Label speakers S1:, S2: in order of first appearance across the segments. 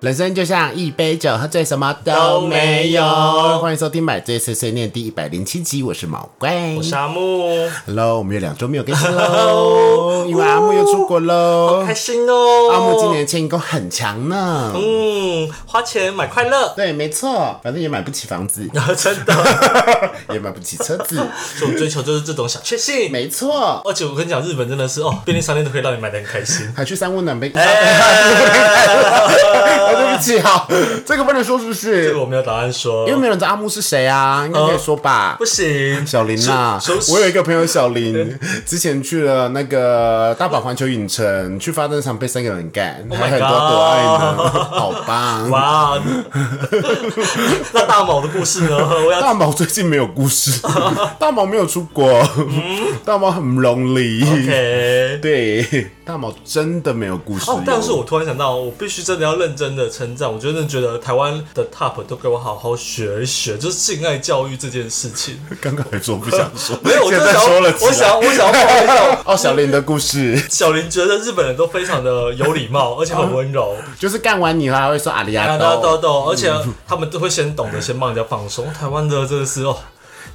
S1: 人生就像一杯酒，喝醉什么都没有。欢迎收听《买醉碎碎念》第一百零七集，我是毛怪
S2: 我。是阿木，
S1: Hello，我们有两周没有更 新喽，因为阿木又出国喽
S2: 开。心哦！
S1: 阿木今年庆功很强呢。
S2: 嗯，花钱买快乐，
S1: 对，没错，反正也买不起房 子，
S2: 真的，
S1: 也买不起车子，
S2: 所以我追求就是这种小确幸。
S1: 没错，。
S2: 而且我跟你讲，日本真的是哦，便利商店都可以让你买的很开心
S1: 还去三温暖杯。 哎对不起，好，这个不能说是不
S2: 这
S1: 是
S2: 个？我没有答案说
S1: 因为，没有人知道阿木是谁啊，应该可以说吧
S2: 不。行，
S1: 小林啊呐、
S2: 手手
S1: 我有一个朋友小林，之前去了那个大阪环球影城，去发电厂被三个人干，还很多多爱呢， 好棒！
S2: Oh 哇， 那大毛的故事呢？我要
S1: 大毛最近没有故 事，大毛没有出国，大毛很 lonely。
S2: 嗯 OK。
S1: 对，大毛真的没有故事哟。
S2: 哦，但是我突然想到，我必须真的要认真的称赞，我真的觉得台湾的 TOP 都给我好好学一学，就是性爱教育这件事情。
S1: 刚刚还说不想说，
S2: 没有，我
S1: 现
S2: 真
S1: 在
S2: 的想
S1: 说了
S2: 要，
S1: 起来，
S2: 我想要，我想要爆一下，
S1: 哦，小林的故事
S2: 小林觉得日本人都非常的有礼貌，而且很温柔，
S1: 就是干完你后还会说阿里
S2: 大
S1: 亚
S2: 家
S1: 多
S2: 都，懂，而且他们都会先懂得先帮人家放松。台湾的真的是哦，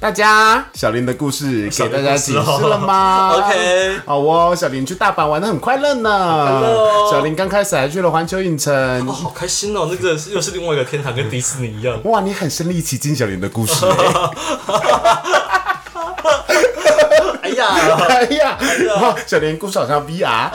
S1: 大家，小林的故事给大家解释了吗
S2: OK
S1: 好哦，小林去大阪玩的很快乐呢。
S2: 乐
S1: 小林刚开始还去了环球影城
S2: 哦，。好开心哦，那个是又是另外一个天堂，跟迪士尼一样。
S1: 哇，你很身临其境，小林的故 事、欸。
S2: 哎呀，
S1: 哎呀，
S2: 啊
S1: 哇，小林故事好像 VR。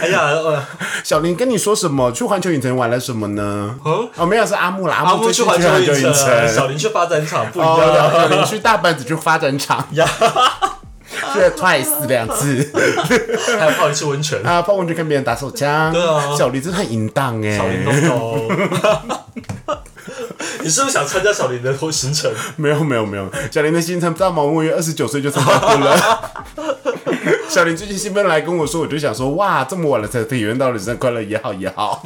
S2: 哎呀，呃
S1: 小林跟你说什么？去环球影城玩了什么呢？
S2: 嗯
S1: 哦，没有，是阿木啦。
S2: 阿
S1: 阿
S2: 木
S1: 最
S2: 去
S1: 近
S2: 环球
S1: 环
S2: 影
S1: 影
S2: 城，小
S1: 城。
S2: 林去发展场，不一样
S1: 哦，小
S2: 啊。
S1: 林去大阪只去发展场，
S2: 呀，
S1: 去了 twice 两 次。
S2: 还有泡一次温泉，
S1: 啊，放过去跟别人打手枪。
S2: 对啊
S1: 小林真的很淫荡哎。
S2: 小林东东。 你是不是想参加小林的行程？
S1: 没有没有没有，小林的行程大毛木鱼二十九岁就参加过了。 小林最近兴奋地来跟我说，我就想说，哇，这么晚了才体验到人生快乐也好也好。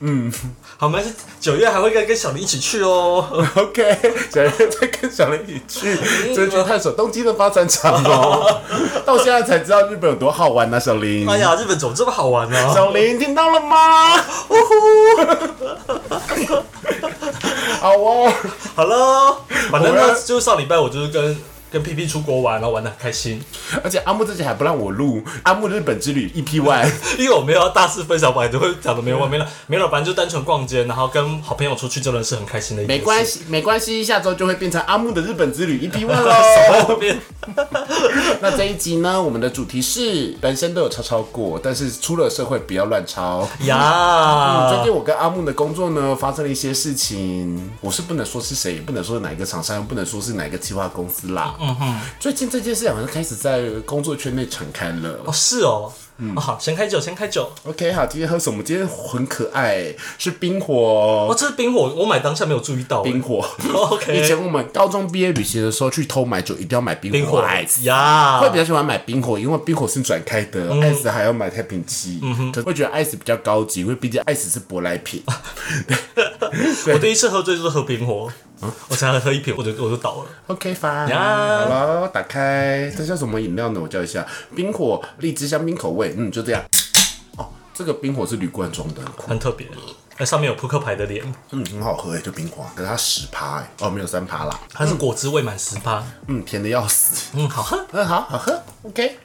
S2: 嗯好，没事，九月还会跟跟小林一起去哦。
S1: OK，小林在跟小林一起去，
S2: 嗯
S1: 这去探索东京的发展场 哦。到现在才知道日本有多好玩呢、啊小林。
S2: 哎呀，日本怎么这么好玩啊呢、
S1: 小林听到了吗？ 好哦，
S2: 好了，反正
S1: 我要
S2: 呢，就是上礼拜我就是跟跟 P P 出国玩，然后玩的很开心，
S1: 而且阿木自己还不让我录阿木日本之旅 EP One。
S2: 因为我没有要大事分享，本来就会讲的没完没了，
S1: 嗯
S2: 没了，反正就单纯逛街，然后跟好朋友出去，真的是很开心的一件
S1: 没
S2: 事。
S1: 关系，没关系，下周就会变成阿木的日本之旅 EP One
S2: 手
S1: 喽。
S2: 后面
S1: 那这一集呢，我们的主题是人生都有抄抄过，但是出了社会不要乱抄。最
S2: 呀，
S1: 近我跟阿木嗯的工作呢发生了一些事情，我是不能说是谁，也不能说是哪一个厂商，又不能说是哪一个企划公司啦。嗯哼，最近这件事好像开始在工作圈内传开了。
S2: 哦是哦，
S1: 嗯
S2: 啊好，先开酒，先开酒。
S1: OK，好，今天喝什么？今天很可爱，是冰火
S2: 哦，
S1: 哦，
S2: 这是冰火，我买当下没有注意到。
S1: 冰 火。以
S2: OK，
S1: 前我们高中毕业旅行的时候去偷买酒，一定要买冰
S2: 冰
S1: 火
S2: 火
S1: 来吃。
S2: 呀
S1: 会，比较喜欢买冰火，因为冰火是转开的，艾斯还要买太平七，可是会觉得艾斯比较高级，因为毕竟艾斯是舶来品。
S2: 我第一次喝醉就是喝冰火，
S1: 嗯
S2: 我才喝一瓶我就我就倒了。
S1: OK fine，
S2: 呀
S1: 好了，打开，这叫什么饮料呢？我叫一下，冰火荔枝香槟口味，嗯，就这样。哦，这个冰火是铝罐装的，很酷，
S2: 很特别。那上面有扑克牌的脸，
S1: 嗯，很好喝诶，就冰火，啊可是它十趴诶，哦，没有三趴啦，
S2: 它是果汁未满十八，
S1: 嗯，甜的要死，
S2: 嗯，好喝。
S1: 嗯，好好喝，OK。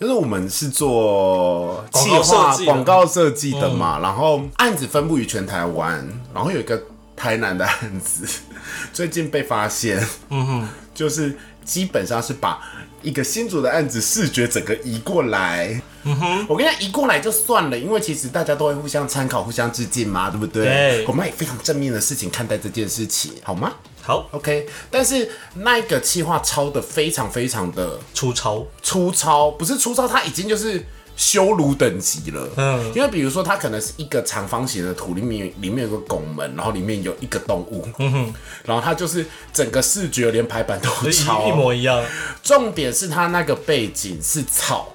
S1: 就是我们是做
S2: 广
S1: 企
S2: 告
S1: 划
S2: 设计的
S1: 广告设计的嘛，然后案子分布于全台湾，然后有一个台南的案子， 最近被发现，嗯哼，就是基本上是把一个新竹的案子视觉整个移过来。嗯哼，我跟你讲，移过来就算了，因为其实大家都会互相参考、互相致敬嘛，对不对？
S2: 对
S1: 我们以非常正面的事情看待这件事情，好吗
S2: 好，
S1: ？OK，但是那一个企划抄的非常非常的
S2: 粗糙，
S1: 粗糙，不是粗糙，它已经就是修炉等级了。嗯
S2: 嗯，
S1: 因为比如说它可能是一个长方形的土，里面里面有个拱门，然后里面有一个动物，嗯哼，然后它就是整个视觉连排版都
S2: 一一
S1: 超。
S2: 模一样。
S1: 重点是它那个背景是 草，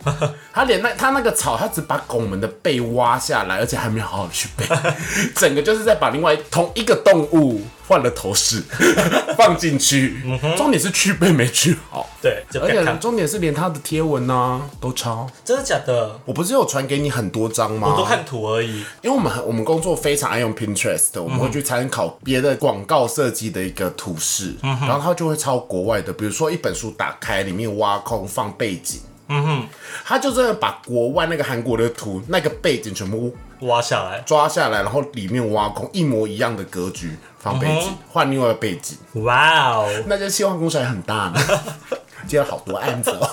S1: 它连那它那个草，它只把拱门的 背挖下来，而且还没有好好去背，整个就是在把另外同一个动物换了头 饰放进去，
S2: 嗯
S1: 重点是去背没去好，
S2: 对，就
S1: 而
S2: 看
S1: 且
S2: 看，
S1: 重点是连他的贴文呢、都抄。
S2: 真的假的？
S1: 我不是有传给你很多张吗？
S2: 我都看图而已。
S1: 因为我们很我们工作非常爱用 Pinterest，我们会去参考别的广告设计的一个图示，然后它就会抄国外的，比如说一本书打开，里面挖空放背景，嗯哼，他就真的把国外那个韩国的图那个背景全部
S2: 挖下来，
S1: 抓下来，然后里面挖空一模一样的格局放背景，换另外的背景，
S2: 哇哦！
S1: 那家希望公司还很大 呢。接了好多案子哦，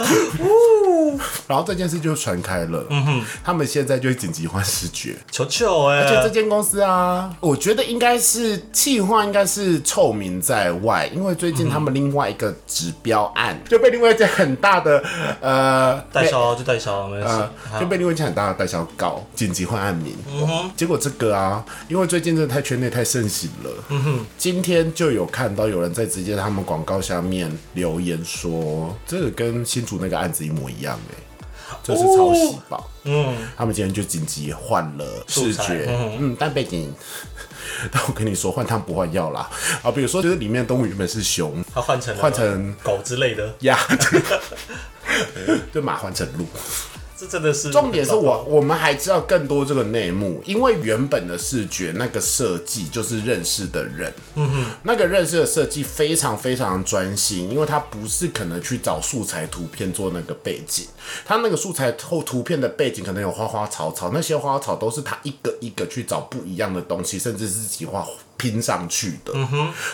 S1: 然后这件事就传开了。嗯哼，呃他们现在就紧急换视觉，
S2: 球球哎、
S1: 就这间公司啊，我觉得应该是企划，应该是臭名在外，因为最近他们另外一个指标案、嗯就被另外一家很大的呃
S2: 代销啊就代销，没事。
S1: 呃
S2: 好嗯
S1: 就被另外一家很大的代销告紧急换案名。结果这个啊，因为最近真的太圈内太盛行了，
S2: 嗯
S1: 今天就有看到有人在直接他们广告下面留言说，这个跟新竹那个案子一模一样哎、这是抄袭吧？
S2: 哦嗯，
S1: 他们今天就紧急换了视
S2: 素材
S1: 觉，嗯但背景， 但我跟你说，换汤不换药啦。啊，比如说，就是里面的动物原本是熊，
S2: 它换成了
S1: 换成
S2: 狗之类的，
S1: 呀， 就马换成鹿。
S2: 这真的是
S1: 重点是我我们还知道更多这个内幕，因为原本的视觉那个设计就是认识的人，嗯哼，那个认识的设计非常非常专心，因为他不是可能去找素材图片做那个背景，他那个素材后图片的背景可能有花花草草，那些花花草都是他一个一个去找不一样的东西，甚至是自己画。拼上去的，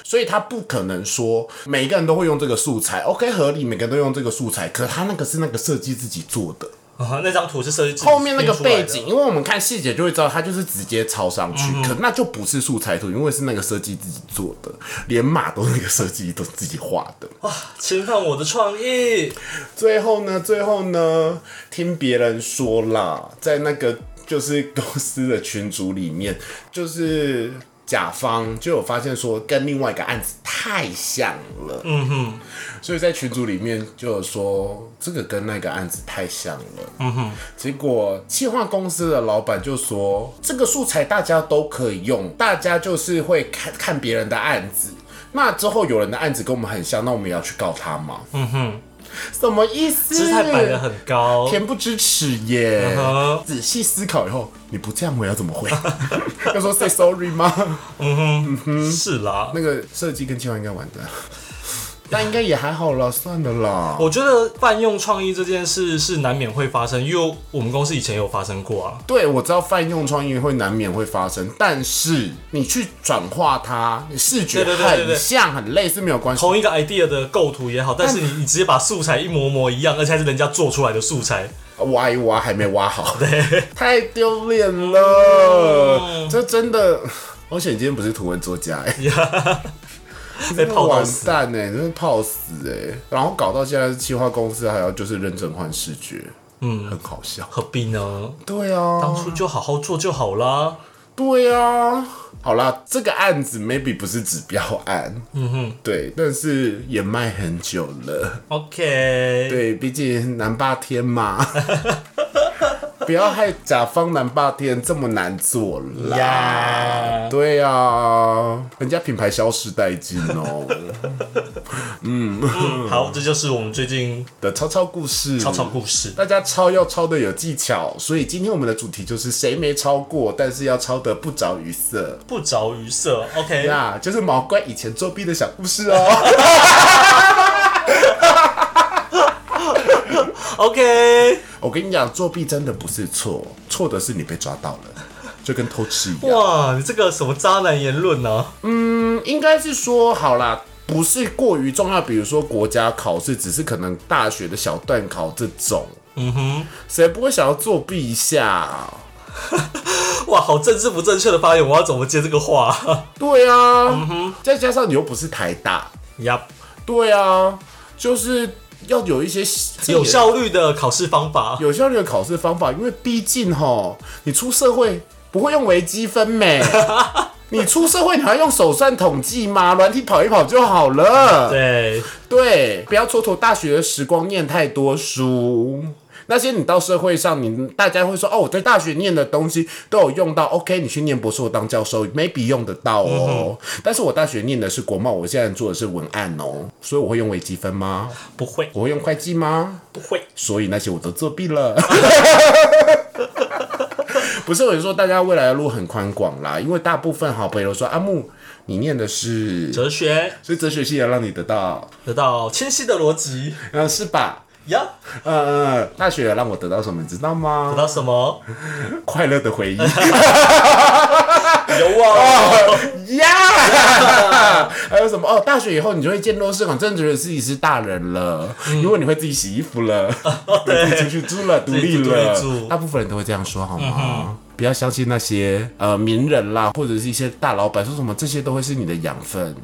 S1: 所以他不可能说每个人都会用这个素材，OK 合理，每个人都用这个素材，可他那个是那个设计自己做的，
S2: 啊那张图是设计自己
S1: 后面那个
S2: 拼出来
S1: 背
S2: 的
S1: 景，因为我们看细节就会知道，它就是直接抄上去，
S2: 嗯
S1: 可那就不是素材图，因为是那个设计自己做的，连马都那个设计都自己画的。
S2: 哦侵犯我的创意，
S1: 最后呢，最后呢，听别人说啦，在那个就是公司的群组里面，就是。甲方就有发现说，跟另外一个案子太像了，嗯哼，所以在群组里面就有说，这个跟那个案子太像了，
S2: 嗯
S1: 结果企划公司的老板就说，这个素材大家都可以用，大家就是会看看别人的案子。那之后有人的案子跟我们很像，那我们也要去告他嘛？嗯哼，什么意思？
S2: 姿态摆得很高，
S1: 恬不知耻耶！
S2: 嗯哼
S1: 仔细思考以后，你不这样我要怎么回？ 要说 say sorry 吗？嗯
S2: 是啦。
S1: 那个设计跟计划应该完蛋，但应该也还好啦，算了啦。
S2: 我觉得泛用创意这件事是难免会发生，因为我们公司以前有发生过啊。
S1: 对，我知道泛用创意会难免会发生，但是你去转化它，你视觉
S2: 对对对对对
S1: 很像很类似没有关系。
S2: 同一个 idea 的构图也好，但是你你直接把素材一模模一样，而且还是人家做出来的素材，
S1: 挖一挖还没挖 好，太丢脸
S2: 哦
S1: 了，这真的。而且你今天不是图文作家哎、
S2: 被
S1: 真的
S2: 泡到
S1: 完
S2: 死。
S1: 蛋哎、真的泡死哎、然后搞到现在是企划公司还要就是认真换视觉，嗯，很好笑。
S2: 何必呢？
S1: 对啊，
S2: 当初就好好做就好啦。
S1: 对啊，好啦，这个案子 maybe 不是指标案，嗯哼，对，但是也卖很久了，
S2: OK，
S1: 对，毕竟南霸天嘛，不要害甲方南霸天这么难做啦。
S2: 呀，
S1: 对啊，人家品牌消失殆尽哦
S2: 好，这就是我们最近
S1: 的超超故事，
S2: 超超故事。
S1: 大家抄要抄的有技巧，所以今天我们的主题就是谁没抄过，但是要抄的不着于色。
S2: 不着于色，OK，
S1: 呀，就是毛怪以前作弊的小故事哦。
S2: OK，
S1: 我跟你讲，作弊真的不是错，错的是你被抓到 了，就跟偷吃一样。
S2: 哇，你这个什么渣男言论啊呢、
S1: 嗯应该是说好啦。不是过于重要，比如说国家考试，只是可能大学的小段考这种，嗯哼，谁不会想要作弊一下？
S2: 哇，好政治不正确的发言，我要怎么接这个话
S1: 对啊，再加上你又不是台大，
S2: 呀
S1: 对啊，就是要有一些
S2: 有效率的考试方法，
S1: 有效率的考试方法，因为毕竟吼，你出社会不会用微积分没？你出社会你还用手算统计吗？软体跑一跑就好了。
S2: 对，
S1: 对，不要蹉跎大学的时光念太多书。那些你到社会上，你大家会说哦，我在大学念的东西都有用到。OK，你去念博士，我当教授，maybe 用得到哦。但是我大学念的是国贸，我现在做的是文案哦，所以我会用微积分吗？
S2: 不会，
S1: 我会用会计吗？
S2: 不会，
S1: 所以那些我都作弊了。 不是，我是说大家未来的路很宽广啦，因为大部分好朋友说阿木，你念的是，
S2: 哲学
S1: 所以哲学系要让你得到，
S2: 得到清晰的逻辑
S1: 嗯、是吧？
S2: 呀，
S1: 嗯嗯，嗯大学有让我得到什么，你知道
S2: 得
S1: 吗？
S2: 到什么？
S1: 快乐的回忆
S2: 有啊，
S1: 呀， 还有什么？哦，大学以后你就会见多识广，真的觉得自己是大人了，
S2: 嗯
S1: 因为你会自己洗衣服 了，你自己出去住了，独立
S2: 自己住
S1: 了
S2: 自己住，
S1: 大部分人都会这样说，好
S2: 嗯
S1: 吗？不要相信那些呃名人啦，或者是一些大老板说什么，这些都会是你的养分。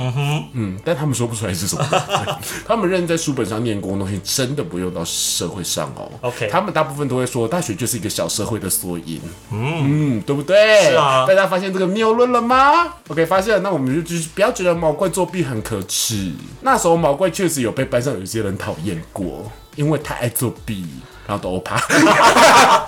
S2: 嗯哼，
S1: 嗯，但他们说不出来是 什么养分，他们认真在书本上念过的东西，真的不用到社会上哦。
S2: OK
S1: 他们大部分都会说，大学就是一个小社会的缩影。嗯对不对？
S2: 是啊
S1: 大家发现这个谬论了吗？OK，发现了，那我们就继续，不要觉得毛怪作弊很可耻。那时候毛怪确实有被班上有一些人讨厌过，因为太爱作弊，然后都欧趴。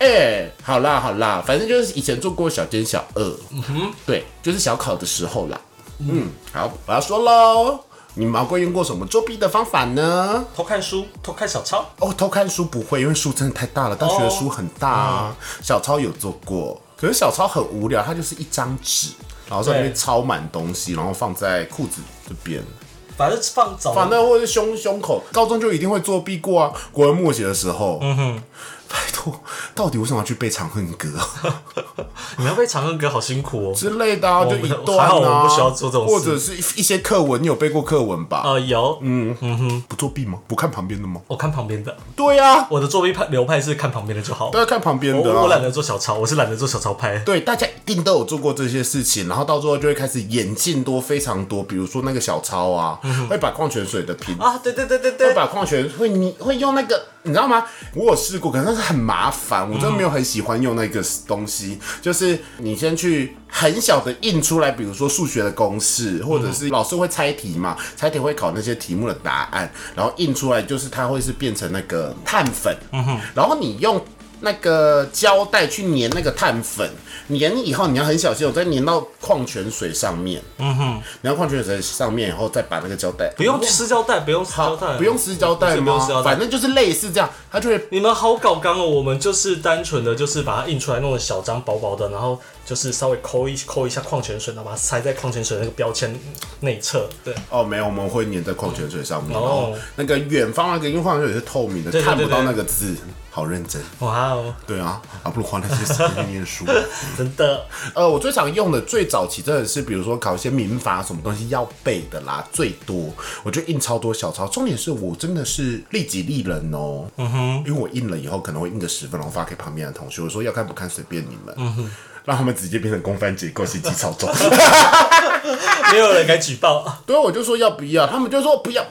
S1: 哎、好啦好啦，反正就是以前做过小奸小恶，嗯哼，对，就是小考的时候啦。嗯，好，我要说喽，你毛怪用过什么作弊的方法呢？
S2: 偷看书，偷看小抄，
S1: 哦，偷看书不会，因为书真的太大了，大
S2: 哦
S1: 学的书很大啊。
S2: 嗯
S1: 小抄有做过，可是小抄很无聊，它就是一张纸，然后在里面
S2: 对
S1: 抄满东西，然后放在裤子这边，
S2: 反正放早
S1: 反正或者是胸胸口。高中就一定会作弊过
S2: 嗯
S1: 啊，国文默写的时候，嗯哼，拜托，到底为什么要去背《长恨歌》
S2: 你要被长恨歌好辛苦哦。
S1: 之类的啊？就
S2: 不
S1: 一
S2: 是
S1: 段
S2: 还好
S1: 啊，
S2: 我不需要做这种事
S1: 或者是一一些课文，你有背过课文吧？
S2: 呃，有，嗯，
S1: 不作弊吗？不看旁边的吗？
S2: 我看旁边的，
S1: 对呀、啊，
S2: 我的作弊派流派是看旁边的就好。
S1: 都要看旁边
S2: 我
S1: 的、啊。
S2: 我懒得做小抄，我是懒得做小抄派。
S1: 对，大家一定都有做过这些事情，然后到最后就会开始演进多非常多，比如说那个小抄啊，会把矿泉水的瓶，
S2: 啊，对对对对
S1: 会
S2: 对，
S1: 把矿泉会你会用那个，你知道吗？我有试过，可是那是很麻烦，我真的没有很喜欢用那个东西。就是你先去很小的印出来，比如说数学的公式，或者是老师会猜题嘛，猜题会考那些题目的答案，然后印出来就是它会是变成那个碳粉，
S2: 嗯
S1: 然后你用。那个胶带去粘那个碳粉，粘以后你要很小心，我再粘到矿泉水上面。嗯哼，然后矿泉水上面以后再把那个胶带
S2: 不用撕胶带，不用撕胶带，
S1: 不用撕胶带
S2: 不用撕
S1: 吗？
S2: 胶带
S1: 反正就是类似这样，它就会。
S2: 你们好搞刚哦，我们就是单纯的就是把它印出来，弄得小张薄薄的，然后就是稍微抠一抠一下矿泉水，然后把它塞在矿泉水那个标签内侧。对，
S1: 哦，没有，我们会粘在矿泉水上面，
S2: 哦
S1: 然后那个远方那个，因为矿泉水是透明的，
S2: 对对对
S1: 看不到
S2: 对
S1: 那个字，好认真。
S2: 哇哦，
S1: 对啊，啊，不如花那些时间去念 书。
S2: 真的
S1: 呃，我最常用的最早期真的是，比如说考一些民法什么东西要背的啦，最多我就印超多小抄。重点是我真的是利己利人哦，嗯哼，因为我印了以后可能会印个十份，然后发给旁边的同学，我说要看不看随便你们，嗯哼，让他们直接变成公翻结构性记抄中。
S2: 没有人敢举报。
S1: 对，啊我就说要不要，他们就说不要，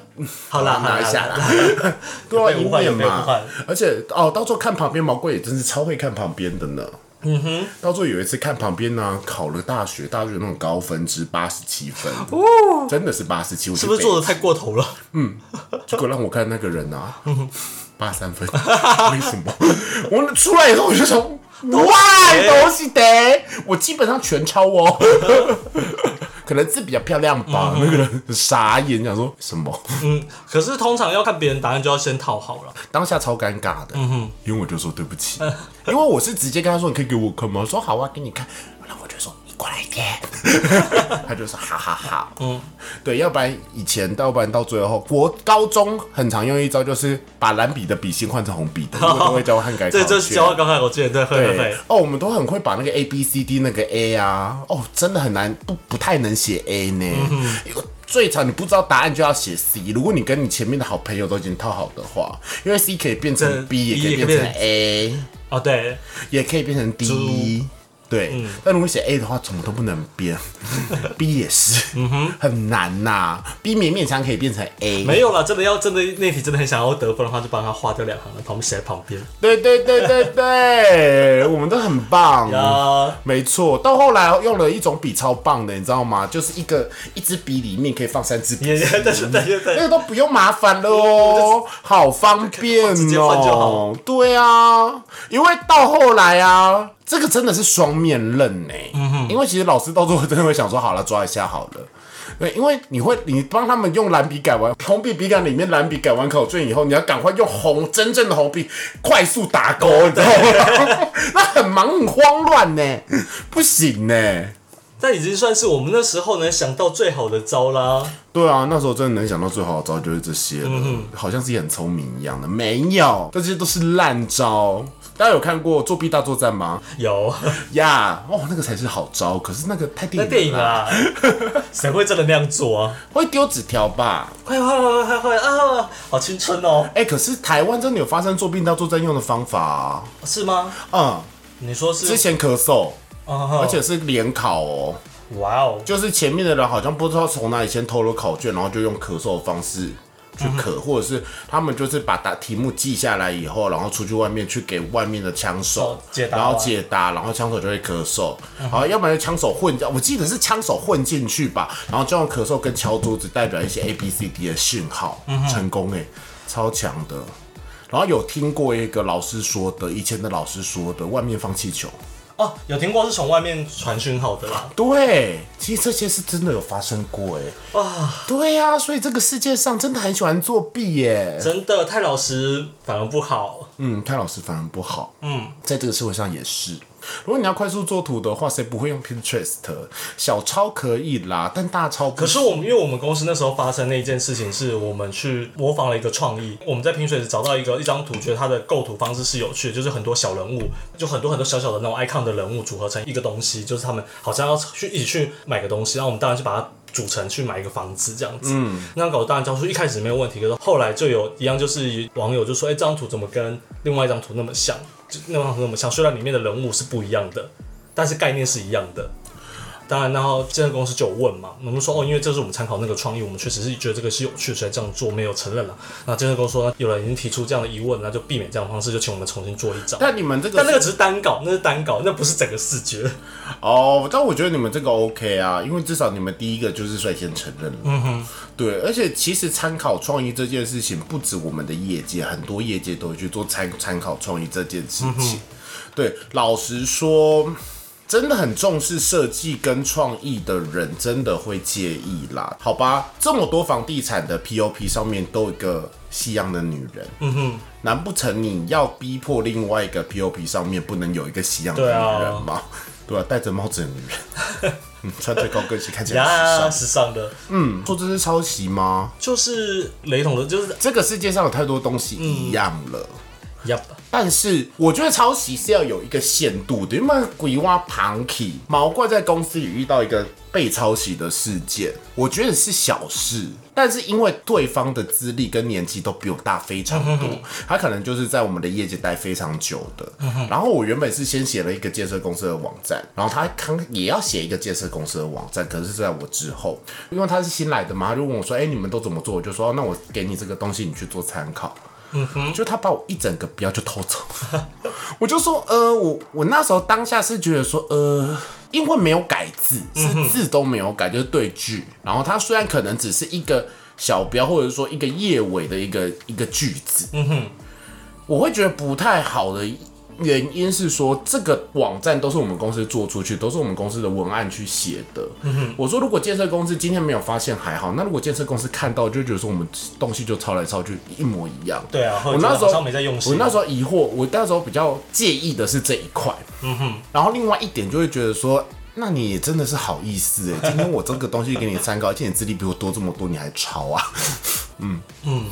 S2: 好啦，
S1: 拿一下
S2: 啦，
S1: 啦， 对啊，
S2: 有备
S1: 一
S2: 无患
S1: 面
S2: 有备无
S1: 嘛
S2: 患。
S1: 而且哦，到时候看旁边毛怪也真是超会看旁边的呢。嗯哼，到最后有一次看旁边呢、考了大学，大学那种高分值八十七分，真的是八十七，
S2: 哦是不是做的太过头了？
S1: 结果让我看那个人啊，八三分， 为什么？我出来以后我就想，哇，东西得，我基本上全抄哦。 可能字比较漂亮吧，那个人很傻眼，想说什么？
S2: 嗯，可是通常要看别人答案就要先套好了。
S1: 当下超尴尬的，因为我就说对不起，因为我是直接跟他说你可以给我看吗？我说好啊，给你看，然后我就说你过来一点，他就说好好好，嗯，对，要不然以前，要不然到最后，国高中很常用一招就是把蓝笔的笔芯换成红笔的，因为都会交换改
S2: 对，
S1: 考
S2: 这
S1: 卷
S2: 是交换刚才我记得对，会会
S1: 对
S2: 会。
S1: 哦，我们都很会把那个 A B C D 那个 A 啊，哦，真的很难，不不太能写 A 呢。有最常你不知道答案就要写 C，如果你跟你前面的好朋友都已经套好的话，因为 C 可以变成
S2: 这
S1: B，也
S2: B
S1: 可以
S2: 也可以
S1: 变成
S2: 变
S1: A，
S2: 哦，对，
S1: 也可以变成 D，对，但如果写 A 的话，怎么都不能变 ，B 也是，很难呐、B 勉勉强可以变成 A，
S2: 没有啦，真的要真的那题真的很想要得分的话，就帮他划掉两行，然后我们写在旁边。
S1: 对对对对对，我们都很棒。
S2: 啊，
S1: 没错，到后来用了一种笔超棒的，你知道吗？就是一个一支笔里面可以放三支笔，
S2: 也对对对
S1: 那
S2: 对，
S1: 个都不用麻烦了哦，好方便
S2: 直接换就好
S1: 哦。对啊，因为到后来啊，这个真的是双面刃呢、因为其实老师到最后真的会想说，好了，抓一下好了。对，因为你会，你帮他们用蓝笔改完红笔笔杆里面蓝笔改完考卷以后，你要赶快用红真正的红笔快速打勾，你知道吗？ 那很忙很慌乱呢、不行呢、
S2: 但已经算是我们那时候能想到最好的招啦。
S1: 对啊，那时候真的能想到最好的招就是这些
S2: 嗯
S1: 了，好像自己很聪明一样的，没有，这些都是烂招。大家有看过《作弊大作战》吗？
S2: 有
S1: 呀、哦，那个才是好招，可是那个太电
S2: 那
S1: 影
S2: 电影啊
S1: 了啦，
S2: 啦，谁会真的那样做啊？
S1: 会丢纸条吧？
S2: 快快快快快啊！好青春哦，
S1: 哎、可是台湾真的有发生作弊大作战用的方法、啊，
S2: 是吗？
S1: 嗯，
S2: 你说
S1: 之
S2: 是？
S1: 前咳嗽，
S2: 而
S1: 而且是联考哦，
S2: 哇哦，
S1: 就是前面的人好像不知道从哪里先偷了考卷，然后就用咳嗽的方式去
S2: 嗯
S1: 咳，或者是他们就是把答题目记下来以后，然后出去外面去给外面的枪手
S2: 哦解答
S1: 然后
S2: 完嗯
S1: 解答，然后枪手就会咳嗽，然后要不然就枪手混，我记得是枪手混进去吧，然后就用咳嗽跟敲桌子代表一些 A B C D 的讯号，
S2: 嗯
S1: 成功哎、超强的。然后有听过一个老师说的，以前的老师说的，外面放气球。
S2: 哦，有听过是从外面传讯号的啦。
S1: 对，其实这些是真的有发生过哎、
S2: 哇，
S1: 对呀、所以这个世界上真的很喜欢作弊耶。
S2: 真的太老实反而不好。
S1: 嗯，看老师反而不好。
S2: 嗯，
S1: 在这个社会上也是。如果你要快速做图的话，谁不会用 Pinterest？小抄可以啦，但大抄不
S2: 可是我们因为我们公司那时候发生那一件事情，是我们去模仿了一个创意，我们在评水时找到一个一张图，觉得它的构图方式是有趣的，就是很多小人物，就很多很多小小的那种 icon 的人物组合成一个东西，就是他们好像要去一起去买个东西，然后我们当然就把它。组成去买一个房子这样子，嗯，那样搞当然交出一开始没有问题，可是后来就有一样就是网友就说，哎、这张图怎么跟另外一张图那么像？就那张图那么像，虽然里面的人物是不一样的，但是概念是一样的。当然，然后建设公司就有问嘛，我们说哦，因为这是我们参考那个创意，我们确实是觉得这个是有趣，所以这样做没有承认了。那建设公司说，有人已经提出这样的疑问，那就避免这样的方式，就请我们重新做一张。
S1: 但你们这
S2: 但那
S1: 个
S2: 个只是单稿，那是单稿，那不是整个视觉。
S1: 哦，但我觉得你们这个 OK 啊，因为至少你们第一个就是率先承认了。嗯哼，对，而且其实参考创意这件事情，不止我们的业界，很多业界都会去做参参考创意这件事情。对，老实说，真的很重视设计跟创意的人，真的会介意啦。好吧，这么多房地产的 POP 上面都有一个西洋的女人，嗯哼，难不成你要逼迫另外一个 POP 上面不能有一个西洋的
S2: 对
S1: 女
S2: 啊
S1: 人吗？对啊，戴着帽子的女人，嗯，穿着高跟鞋看起来很时
S2: 呀，
S1: 尚。
S2: 时尚的，
S1: 嗯，说这是抄袭吗？
S2: 就是雷同的，就是
S1: 这个世界上有太多东西一样了。
S2: 呀，
S1: 但是我觉得抄袭是要有一个限度的，因为鬼蛙庞 k 毛怪在公司里遇到一个被抄袭的事件，我觉得是小事。但是因为对方的资历跟年纪都比我大非常多，他可能就是在我们的业界待非常久的。然后我原本是先写了一个建设公司的网站，然后他刚也要写一个建设公司的网站，可是是在我之后，因为他是新来的嘛，他就问我说：“哎、你们都怎么做？”我就说：“哦那我给你这个东西，你去做参考。”就他把我一整个标就偷走， 我就说，呃，我我那时候当下是觉得说，呃，因为没有改字，是字都没有改，就是对句。然后它虽然可能只是一个小标，或者说一个页尾的一个一个句子，嗯哼，我会觉得不太好的。原因是说，这个网站都是我们公司做出去，都是我们公司的文案去写的。
S2: 嗯
S1: 我说，如果建设公司今天没有发现还好，那如果建设公司看到，就觉得说我们东西就抄来抄去，一模一样。
S2: 对啊，
S1: 我那时
S2: 好像
S1: 候
S2: 没在用
S1: 我
S2: 心。啊
S1: 那时候疑惑，我那时候比较介意的是这一块。嗯哼。然后另外一点就会觉得说，那你也真的是好意思 哎、今天我这个东西给你参考，而且你资历比我多这么多，你还抄啊？ 嗯嗯，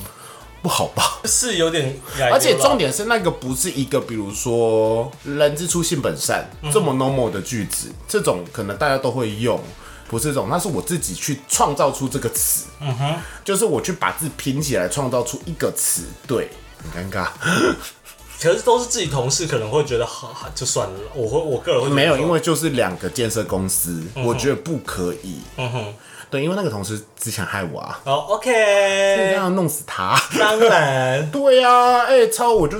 S1: 不好吧？
S2: 是有点，
S1: 而且重
S2: 点
S1: 点是那个不是一个，比如说“人之初性本善”这么 normal 的句子，这种可能大家都会用，不是这种，那是我自己去创造出这个词。嗯哼， 就是我去把字拼起来，创造出一个词，对，很尴尬。
S2: 可是都是自己同事，可能会觉得好好就算了。我会我个人会觉得
S1: 没有，
S2: 说
S1: 因为就是两个建设公司，我觉得不可以。嗯哼，对，因为那个同事之前害我啊，
S2: 哦
S1: 这
S2: ，OK，
S1: 样弄死他。
S2: 当然
S1: 对呀、哎、抄我就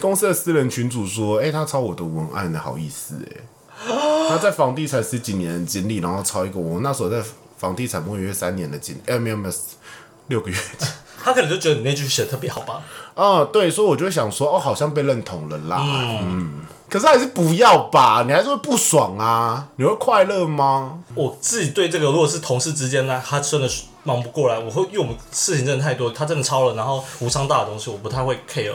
S1: 公司的私人群主说，哎、他抄我的文案的，好意思哎、他在房地产十几年的经历，然后抄一个我那时候在房地产摸约三年的经，哎、没有没有六个月的经历。
S2: 他可能就觉得你那句写的特别好吧。
S1: 哦，对，所以我就想说，哦，好像被认同了啦。嗯，可是还是不要吧，你还是会不爽啊，你会快乐吗？
S2: 我自己对这个，如果是同事之间呢，他真的是忙不过来，我会因为我们事情真的太多，他真的超了，然后无伤大的东西，我不太会 care，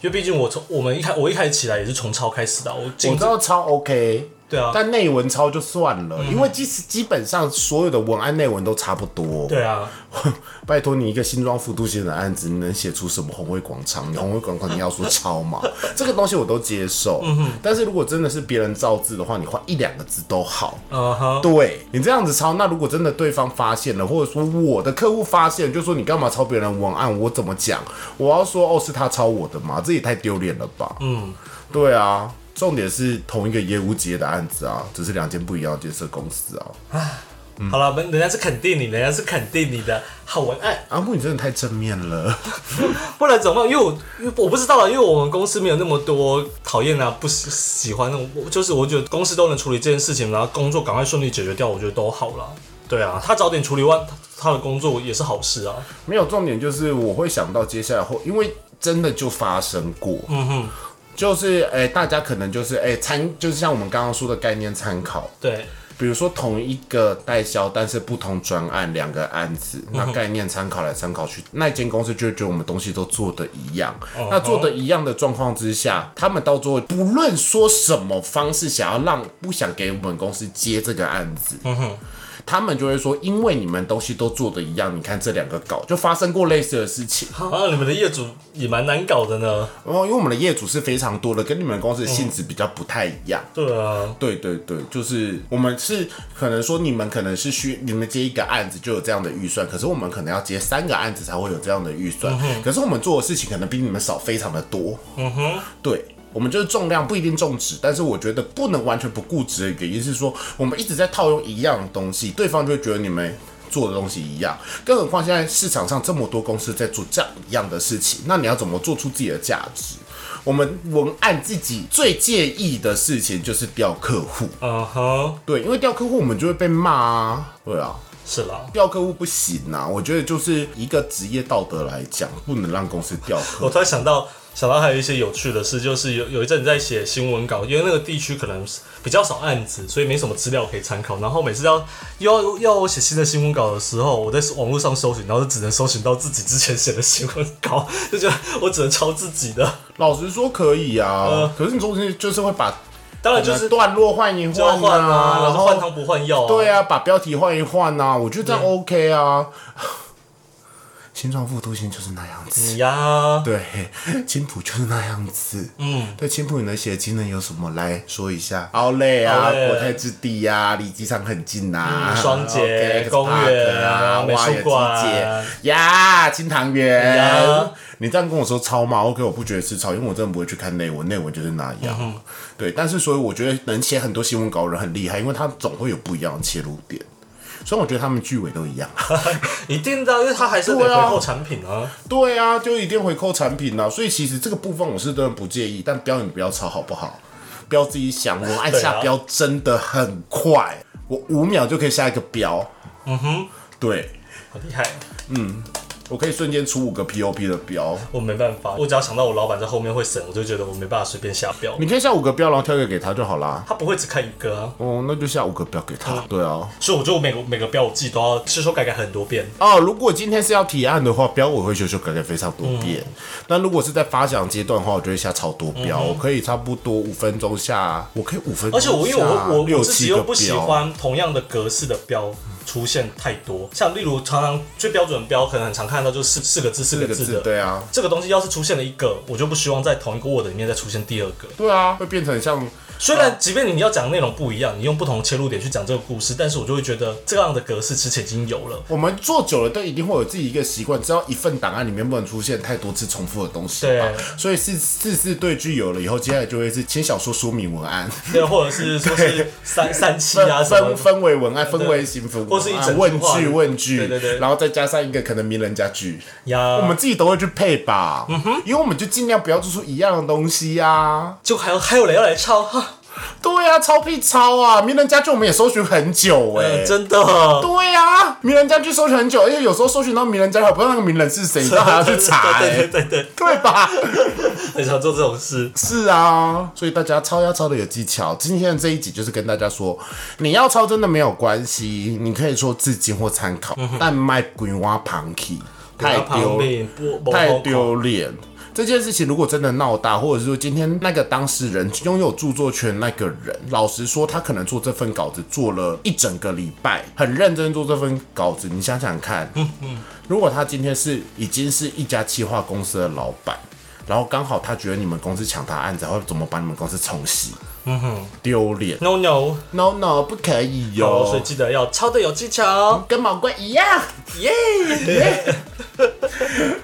S2: 因为毕竟我从我们一开我一开始起来也是从超开始的，我
S1: 我
S2: 进
S1: 知道抄 OK，
S2: 对啊，
S1: 但内文抄就算了，因为基基本上所有的文案内文都差不多。
S2: 对啊，
S1: 拜托你一个新庄副都县的案子，你能写出什么红会广场？你红会广场你要说抄嘛， 这个东西我都接受。但是如果真的是别人造字的话，你换一两个字都好。
S2: 嗯哼，
S1: 对你这样子抄，那如果真的对方发现了，或者说我的客户发现，就说你干嘛抄别人的文案？我怎么讲？我要说哦，是他抄我的嘛？这也太丢脸了吧？嗯，对啊。重点是同一个业务接的案子啊，只是两间不一样的建设公司啊。
S2: 嗯好了，人人家是肯定你，人家是肯定你的好文案，
S1: 阿木，你真的太正面了。
S2: 不然怎么办？因为我因为我不知道啊，因为我们公司没有那么多讨厌啊、不喜喜欢那种，我就是我觉得公司都能处理这件事情，然后工作赶快顺利解决掉，我觉得都好了。对啊，他早点处理完他他的工作也是好事啊。
S1: 没有重点就是我会想到接下来后，因为真的就发生过，嗯哼，就是哎、大家可能就是哎参、就是像我们刚刚说的概念参考，
S2: 对，
S1: 比如说同一个代销，但是不同专案两个案子，那概念参考来参考去，那间公司就会觉得我们东西都做的一样。那做的一样的状况之下，他们到最后不论说什么方式，想要让不想给我们公司接这个案子。他们就会说，因为你们东西都做的一样，你看这两个稿就发生过类似的事情。
S2: 啊，你们的业主也蛮难搞的呢。
S1: 哦，因为我们的业主是非常多的，跟你们公司的性质比较不太一样。
S2: 对啊，
S1: 哦对对对，就是我们是可能说你们可能是需你们接一个案子就有这样的预算，可是我们可能要接三个案子才会有这样的预算，可是我们做的事情可能比你们少非常的多。嗯哼，对。我们就是重量不一定重质，但是我觉得不能完全不固执的原因是说，我们一直在套用一样的东西，对方就会觉得你们做的东西一样。更何况现在市场上这么多公司在做这样一样的事情，那你要怎么做出自己的价值？我们文案自己最介意的事情就是钓客户，
S2: 嗯哼，
S1: 对，因为钓客户我们就会被骂啊，对啊，
S2: 是啦。
S1: 钓客户不行啊，我觉得就是一个职业道德来讲，不能让公司钓 客户。
S2: 我突然想到，想到还有一些有趣的事，就是有有一阵在写新闻稿，因为那个地区可能是比较少案子，所以没什么资料可以参考。然后每次要要要我写新的新闻稿的时候，我在网络上搜寻，然后就只能搜寻到自己之前写的新闻稿， 就觉得我只能抄自己的。
S1: 老实说可以啊，可是你中间就是会把
S2: 当然呃就是
S1: 段落换一
S2: 交
S1: 换
S2: 换啊，
S1: 然
S2: 然后换
S1: 后
S2: 汤不换药啊。
S1: 对啊，把标题换一换啊，我觉得这样 OK 啊。 新创复读型就是那样子。
S2: 你呀，
S1: 对，青浦就是那样子。嗯，对，青浦你的写技能有什么来说一下？奥莱啊，
S2: 奥莱
S1: 国泰之地啊呀，离机场很近啊呐。
S2: 嗯双节
S1: OK，X
S2: 公园
S1: Park 啊，
S2: 美术
S1: 蛙园
S2: 馆
S1: 机街呀，金堂园
S2: 呀。
S1: 你这样跟我说抄嘛？OK，我不觉得是抄，因为我真的不会去看内文，内文就是那样。
S2: 嗯
S1: 对，但是所以我觉得能写很多新闻稿的人很厉害，因为他总会有不一样的切入点。虽然我觉得他们句尾都一样。
S2: 一定的啊，因为它还是得
S1: 对啊
S2: 回扣产品啊。
S1: 对啊，就一定回扣产品啊啦。所以其实这个部分我是真的不介意，但标你不要抄好不好？标自己想，我按
S2: 对
S1: 下
S2: 啊
S1: 标真的很快，我五秒就可以下一个标。嗯哼，对
S2: 好厉害，
S1: 我可以瞬间出五个 POP 的标，
S2: 我没办法，我只要想到我老板在后面会审，我就觉得我没办法随便下标。
S1: 你可以下五个标，然后挑一个给他就好啦。
S2: 他不会只看一个啊，
S1: 哦，那就下五个标给他。
S2: 嗯
S1: 对啊，
S2: 所以我就每个每个标我自己都要修修改改很多遍。
S1: 哦，如果今天是要提案的话，标我会修修改改非常多遍。那、如果是在发想阶段的话，我就会下超多标，我可以差不多五分钟下，我可以五分钟
S2: 嗯而
S1: 下
S2: 且我因为我我
S1: 六
S2: 我自己
S1: 七个
S2: 又不喜
S1: 标
S2: 欢同样的格式的标出现太多，像例如常常最标准的标可能很常看到就是四四个字四
S1: 这
S2: 个
S1: 个
S2: 字
S1: 字，
S2: 的。
S1: 对啊。
S2: 这个东西要是出现了一个，我就不希望在同一个 Word 里面再出现第二个。
S1: 对啊，会变成像
S2: 虽然即便你要讲的内容不一样，你用不同的切入点去讲这个故事，但是我就会觉得这样的格式之前已经 有了。
S1: 我们做久了都一定会有自己一个习惯，只要一份档案里面不能出现太多次重复的东西嘛。
S2: 对
S1: 所以是四字对句有了以后，接下来就会是轻小说说明文 案、
S2: 对，或者是说是三三七啊
S1: 分
S2: 什
S1: 分
S2: 么的，
S1: 分为文案、分为形符文案，
S2: 或是一整句
S1: 问
S2: 话
S1: 句问句，
S2: 对对对嗯
S1: 然后再加上一个可能名人佳句。
S2: 呀，
S1: 我们自己都会去配吧，
S2: 嗯
S1: 因为我们就尽量不要做出一样的东西呀、啊。
S2: 就还有还有人要来抄，哈，
S1: 对呀、啊，抄屁抄啊！名人家具我们也搜寻很久哎、
S2: 呃真的。
S1: 对呀、啊，名人家具搜寻很久，而且有时候搜寻到名人家还不知道那个名人是谁，你知道还要去查、
S2: 对对
S1: 欸，
S2: 对对对，
S1: 对吧？
S2: 很常做这种事。
S1: 是啊，所以大家抄要抄的有技巧。今天的这一集就是跟大家说，你要抄真的没有关系，你可以说自己或参考，
S2: 嗯
S1: 但卖鬼挖旁起太丢
S2: 旁
S1: 了。
S2: 边不不
S1: 太丢脸。这件事情如果真的闹大，或者是说今天那个当事人拥有著作权那个人，老实说，他可能做这份稿子做了一整个礼拜，很认真做这份稿子。你想想 看，如果他今天是已经是一家企划公司的老板，然后刚好他觉得你们公司抢他案子，他会怎么把你们公司冲洗？嗯哼，丢脸
S2: No no，
S1: ！No No，不可以哟、
S2: 好，哦所以记得要抄的有技巧，
S1: 跟毛怪一样。
S2: 耶、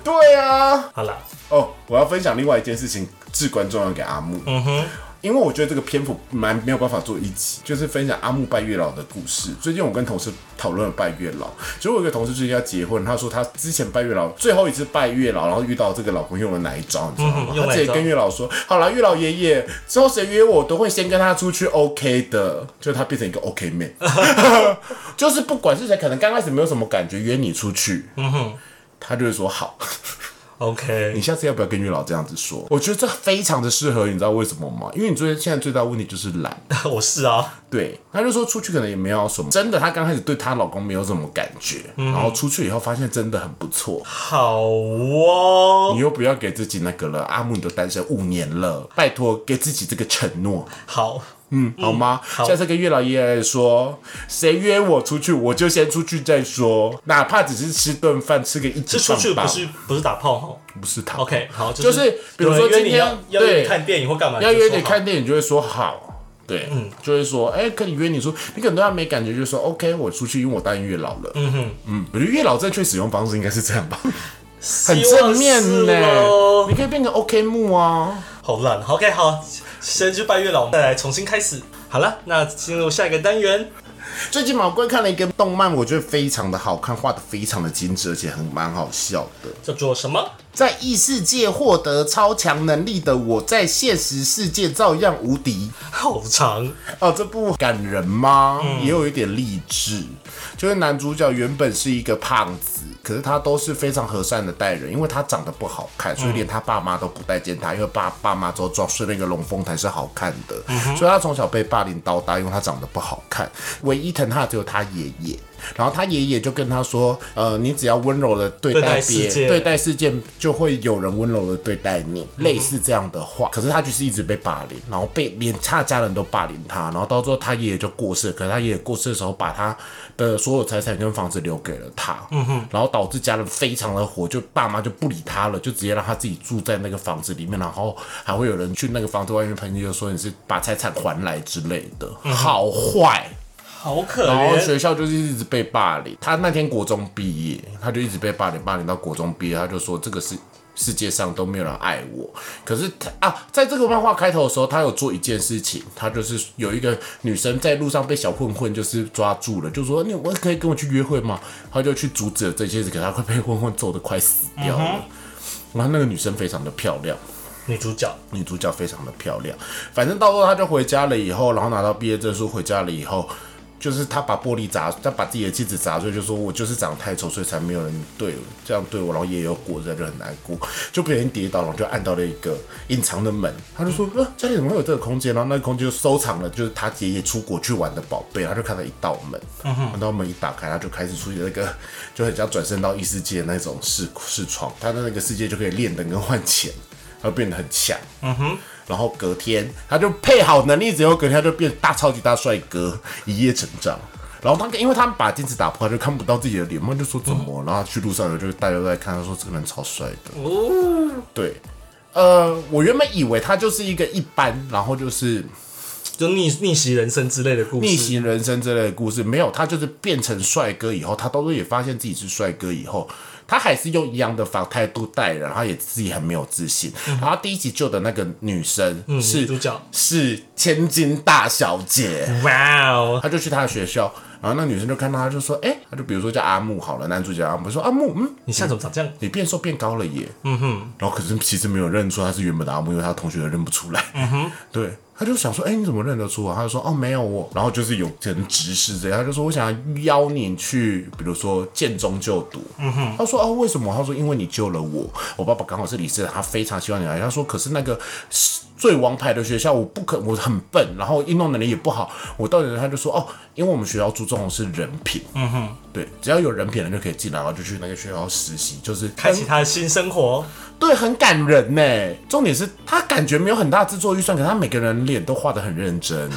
S1: 对啊，
S2: 好啦，
S1: 哦，我要分享另外一件事情，至关重要给阿木。嗯哼。因为我觉得这个篇幅蛮没有办法做一集，就是分享阿木拜月老的故事。最近我跟同事讨论了拜月老，结果我有一个同事最近要结婚，他说他之前拜月老最后一次拜月老，然后遇到这个老公用了哪一招，你知道吗？
S2: 嗯用
S1: 他
S2: 哪一
S1: 直接
S2: 招
S1: 跟月老说：“好啦，月老爷爷，之后谁约我都会先跟他出去，OK 的。”就是他变成一个 OK 妹， 就是不管是谁，可能刚开始没有什么感觉，约你出去，嗯哼，他就会说好。你
S2: OK，
S1: 下次要不要跟月老这样子说？我觉得这非常的适合，你知道为什么吗？因为你最现在最大的问题就是懒。
S2: 我是啊，
S1: 对，她就说出去可能也没有什么，真的，她刚开始对她老公没有什么感觉，
S2: 嗯
S1: 然后出去以后发现真的很不错。
S2: 好哦，
S1: 你又不要给自己那个了，阿木你都单身五年了，拜托给自己这个承诺，
S2: 好，
S1: 嗯，好吗？下次跟月老爷爷说，谁约我出去，我就先出去再说，哪怕只是吃顿饭，吃个一起
S2: 是出去
S1: 棒棒
S2: 不是不是打炮哈
S1: 不是他
S2: ，OK，好，就
S1: 就是比如说
S2: 有人约你
S1: 今天
S2: 要要约
S1: 对
S2: 你看电影或干嘛，
S1: 要
S2: 你就
S1: 约
S2: 说
S1: 你
S2: 好，嗯
S1: 看电影就会说好，对，就会说，哎、跟你约你说，你可能对他没感觉，就说 OK，我出去，因为我答应月老了。嗯哼，嗯，我觉得月老正确使用方式应该是这样吧，很
S2: 希望
S1: 正面
S2: 是
S1: 呢、
S2: 咯
S1: 你可以变成 OK 木啊。
S2: 好烂好，OK，好，先去拜月老，再来重新开始。好了，那进入下一个单元，
S1: 最近毛怪看了一个动漫，我觉得非常的好看，画的非常的精致，而且很蛮好笑的。
S2: 叫做什么？
S1: 在异世界获得超强能力的我，在现实世界照样无敌。
S2: 好长，
S1: 哦，这部感人吗？
S2: 嗯
S1: 也有一点励志，就是男主角原本是一个胖子，可是他都是非常和善的待人，因为他长得不好
S2: 嗯
S1: 看，所以连他爸妈都不待见他，因为爸爸妈之后装睡那个龙凤胎是好看的，
S2: 嗯
S1: 所以他从小被霸凌到大，因为他长得不好看，唯一疼他的只有他爷爷。然后他爷爷就跟他说：“呃，你只要温柔的对
S2: 对
S1: 待
S2: 待世
S1: 别人，
S2: 界
S1: 对待事件就会有人温柔的对待你，类似这样的话。可是他就是一直被霸凌，然后被连他的家人都霸凌他，然后到最后他爷爷就过世了。可是他爷爷过世的时候，把他的所有财产跟房子留给了他，嗯哼，然后导致家人非常的火，就爸妈就不理他了，就直接让他自己住在那个房子里面，然后还会有人去那个房子外面喷漆，就说你是把财产还来之类的，好坏。
S2: 好可
S1: 然后
S2: 怜，
S1: 学校就是一直被霸凌。他那天国中毕业，他就一直被霸凌，霸凌到国中毕啊业，他就说这个是。世界上都没有人爱我，可是他啊，在这个漫画开头的时候，他有做一件事情，他就是有一个女生在路上被小混混就是抓住了，就说你哎我可以跟我去约会吗？他就去阻止了这些事，可是他快被混混揍得快死掉了。然后那个女生非常的漂亮，
S2: 女主角
S1: 女主角非常的漂亮。反正到时候她就回家了以后，然后拿到毕业证书回家了以后，就是她把玻璃砸，她把自己的镜子砸碎，就说我就是长得太丑，所以才没有人对我这样对我，然后也有果子就很难过，就不小心跌倒，然后就按到了一个隐藏的门，她就说呃家里怎么会有这个空间？然后啊那个空间就收藏了，就是她爷爷出国去玩的宝贝，她就看到一道门，然后门一打开，她就开始出现那个就很像转身到异世界的那种视视窗，她的那个世界就可以练等跟换钱。而变得很强。嗯哼。然后隔天他就配好能力之后，隔天他就变大超级大帅哥，一夜成长。然后他因为他们把镜子打破，他就看不到自己的脸嘛，就说怎么？然后他去路上有就大家都在看，他说这个人超帅的。哦，对，呃，我原本以为他就是一个一般，然后就是
S2: 就逆逆袭人生之类的故事。
S1: 逆袭人生之类的故事没有，他就是变成帅哥以后，他都是也发现自己是帅哥以后，他还是用一样的反态度待人，他也自己很没有自信。然后第一集救的那个女生是、
S2: 嗯主角
S1: 是千金大小姐，
S2: 哇哦，
S1: 他就去她的学校，然后那女生就看到他就说，哎、他就比如说叫阿木好了，男主角阿木说阿木，嗯，
S2: 你现在怎么长这样？
S1: 你变瘦变高了耶。嗯哼，然后可是其实没有认出他是原本的阿木，因为他同学都认不出来。嗯哼，对，他就想说，哎、你怎么认得出啊？他就说，哦，没有我。然后就是有人直视这样，他就说，我想要邀你去，比如说建中就读。嗯哼，他说，哦，为什么？他说，因为你救了我，我爸爸刚好是理事长，他非常希望你啊来。他说，可是那个最王牌的学校，我不可，我很笨，然后运动能力也不好，我到底他就说，哦，因为我们学校注重的是人品。嗯哼，对，只要有人品的人就可以进来，然后就去那个学校实习，就是
S2: 开启他的新生活，
S1: 对，很感人呢。重点是他感觉没有很大制作预算，可他每个人脸都画得很认真，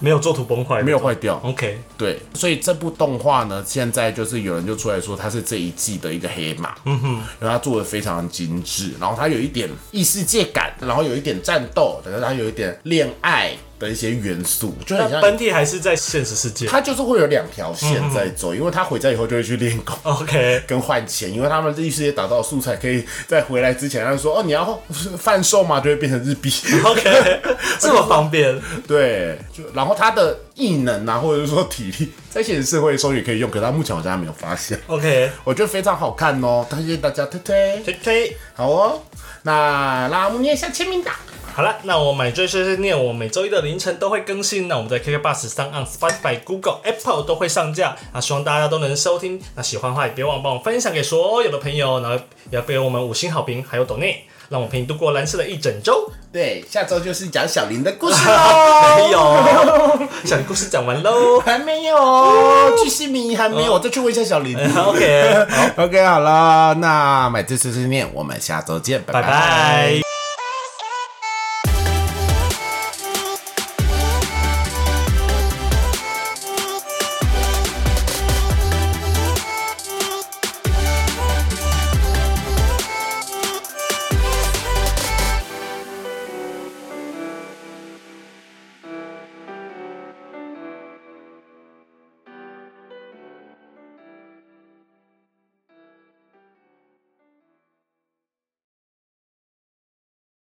S2: 没有做图崩坏，
S1: 没有。坏掉。
S2: OK，
S1: 对，所以这部动画呢，现在就是有人就出来说它是这一季的一个黑马，嗯哼，因为它做的非常精致，然后它有一点异世界感，然后有一点战斗，然后它有一点恋爱的一些元素，就很
S2: 但
S1: 像。
S2: 本体还是在现实世界。
S1: 它就是会有两条线在走，因为他回家以后就会去练功，
S2: OK，
S1: 跟换钱，因为他们异世界打造的素材可以在回来之前，他就说哦你要贩售嘛，就会变成日币。
S2: OK，这么方便，
S1: 对，就然后他的异能啊，或者是说体力，在现实社会中也可以用，可是他目前好像还没有发现。
S2: OK，
S1: 我觉得非常好看哦，推荐大家推推。
S2: 推推。
S1: 好哦，那拉姆念一下签名档。
S2: 好了，那我买醉碎碎念，我每周一的凌晨都会更新。那我们在 KK Bus 上、on Spotify、Google、Apple 都会上架。那希望大家都能收听。那喜欢的话，也别忘了帮我们分享给所有的朋友，然后也要给我们五星好评，还有抖内，让我们陪你度过蓝色的一整周。
S1: 对，哦下周就是讲小林的故事喽。
S2: 没有，小故事讲完喽。
S1: 还没有，哦巨细迷还没有，我再去问一下小林。
S2: OK，
S1: OK，好了，那买醉碎碎念，我们下周见，拜
S2: 拜拜。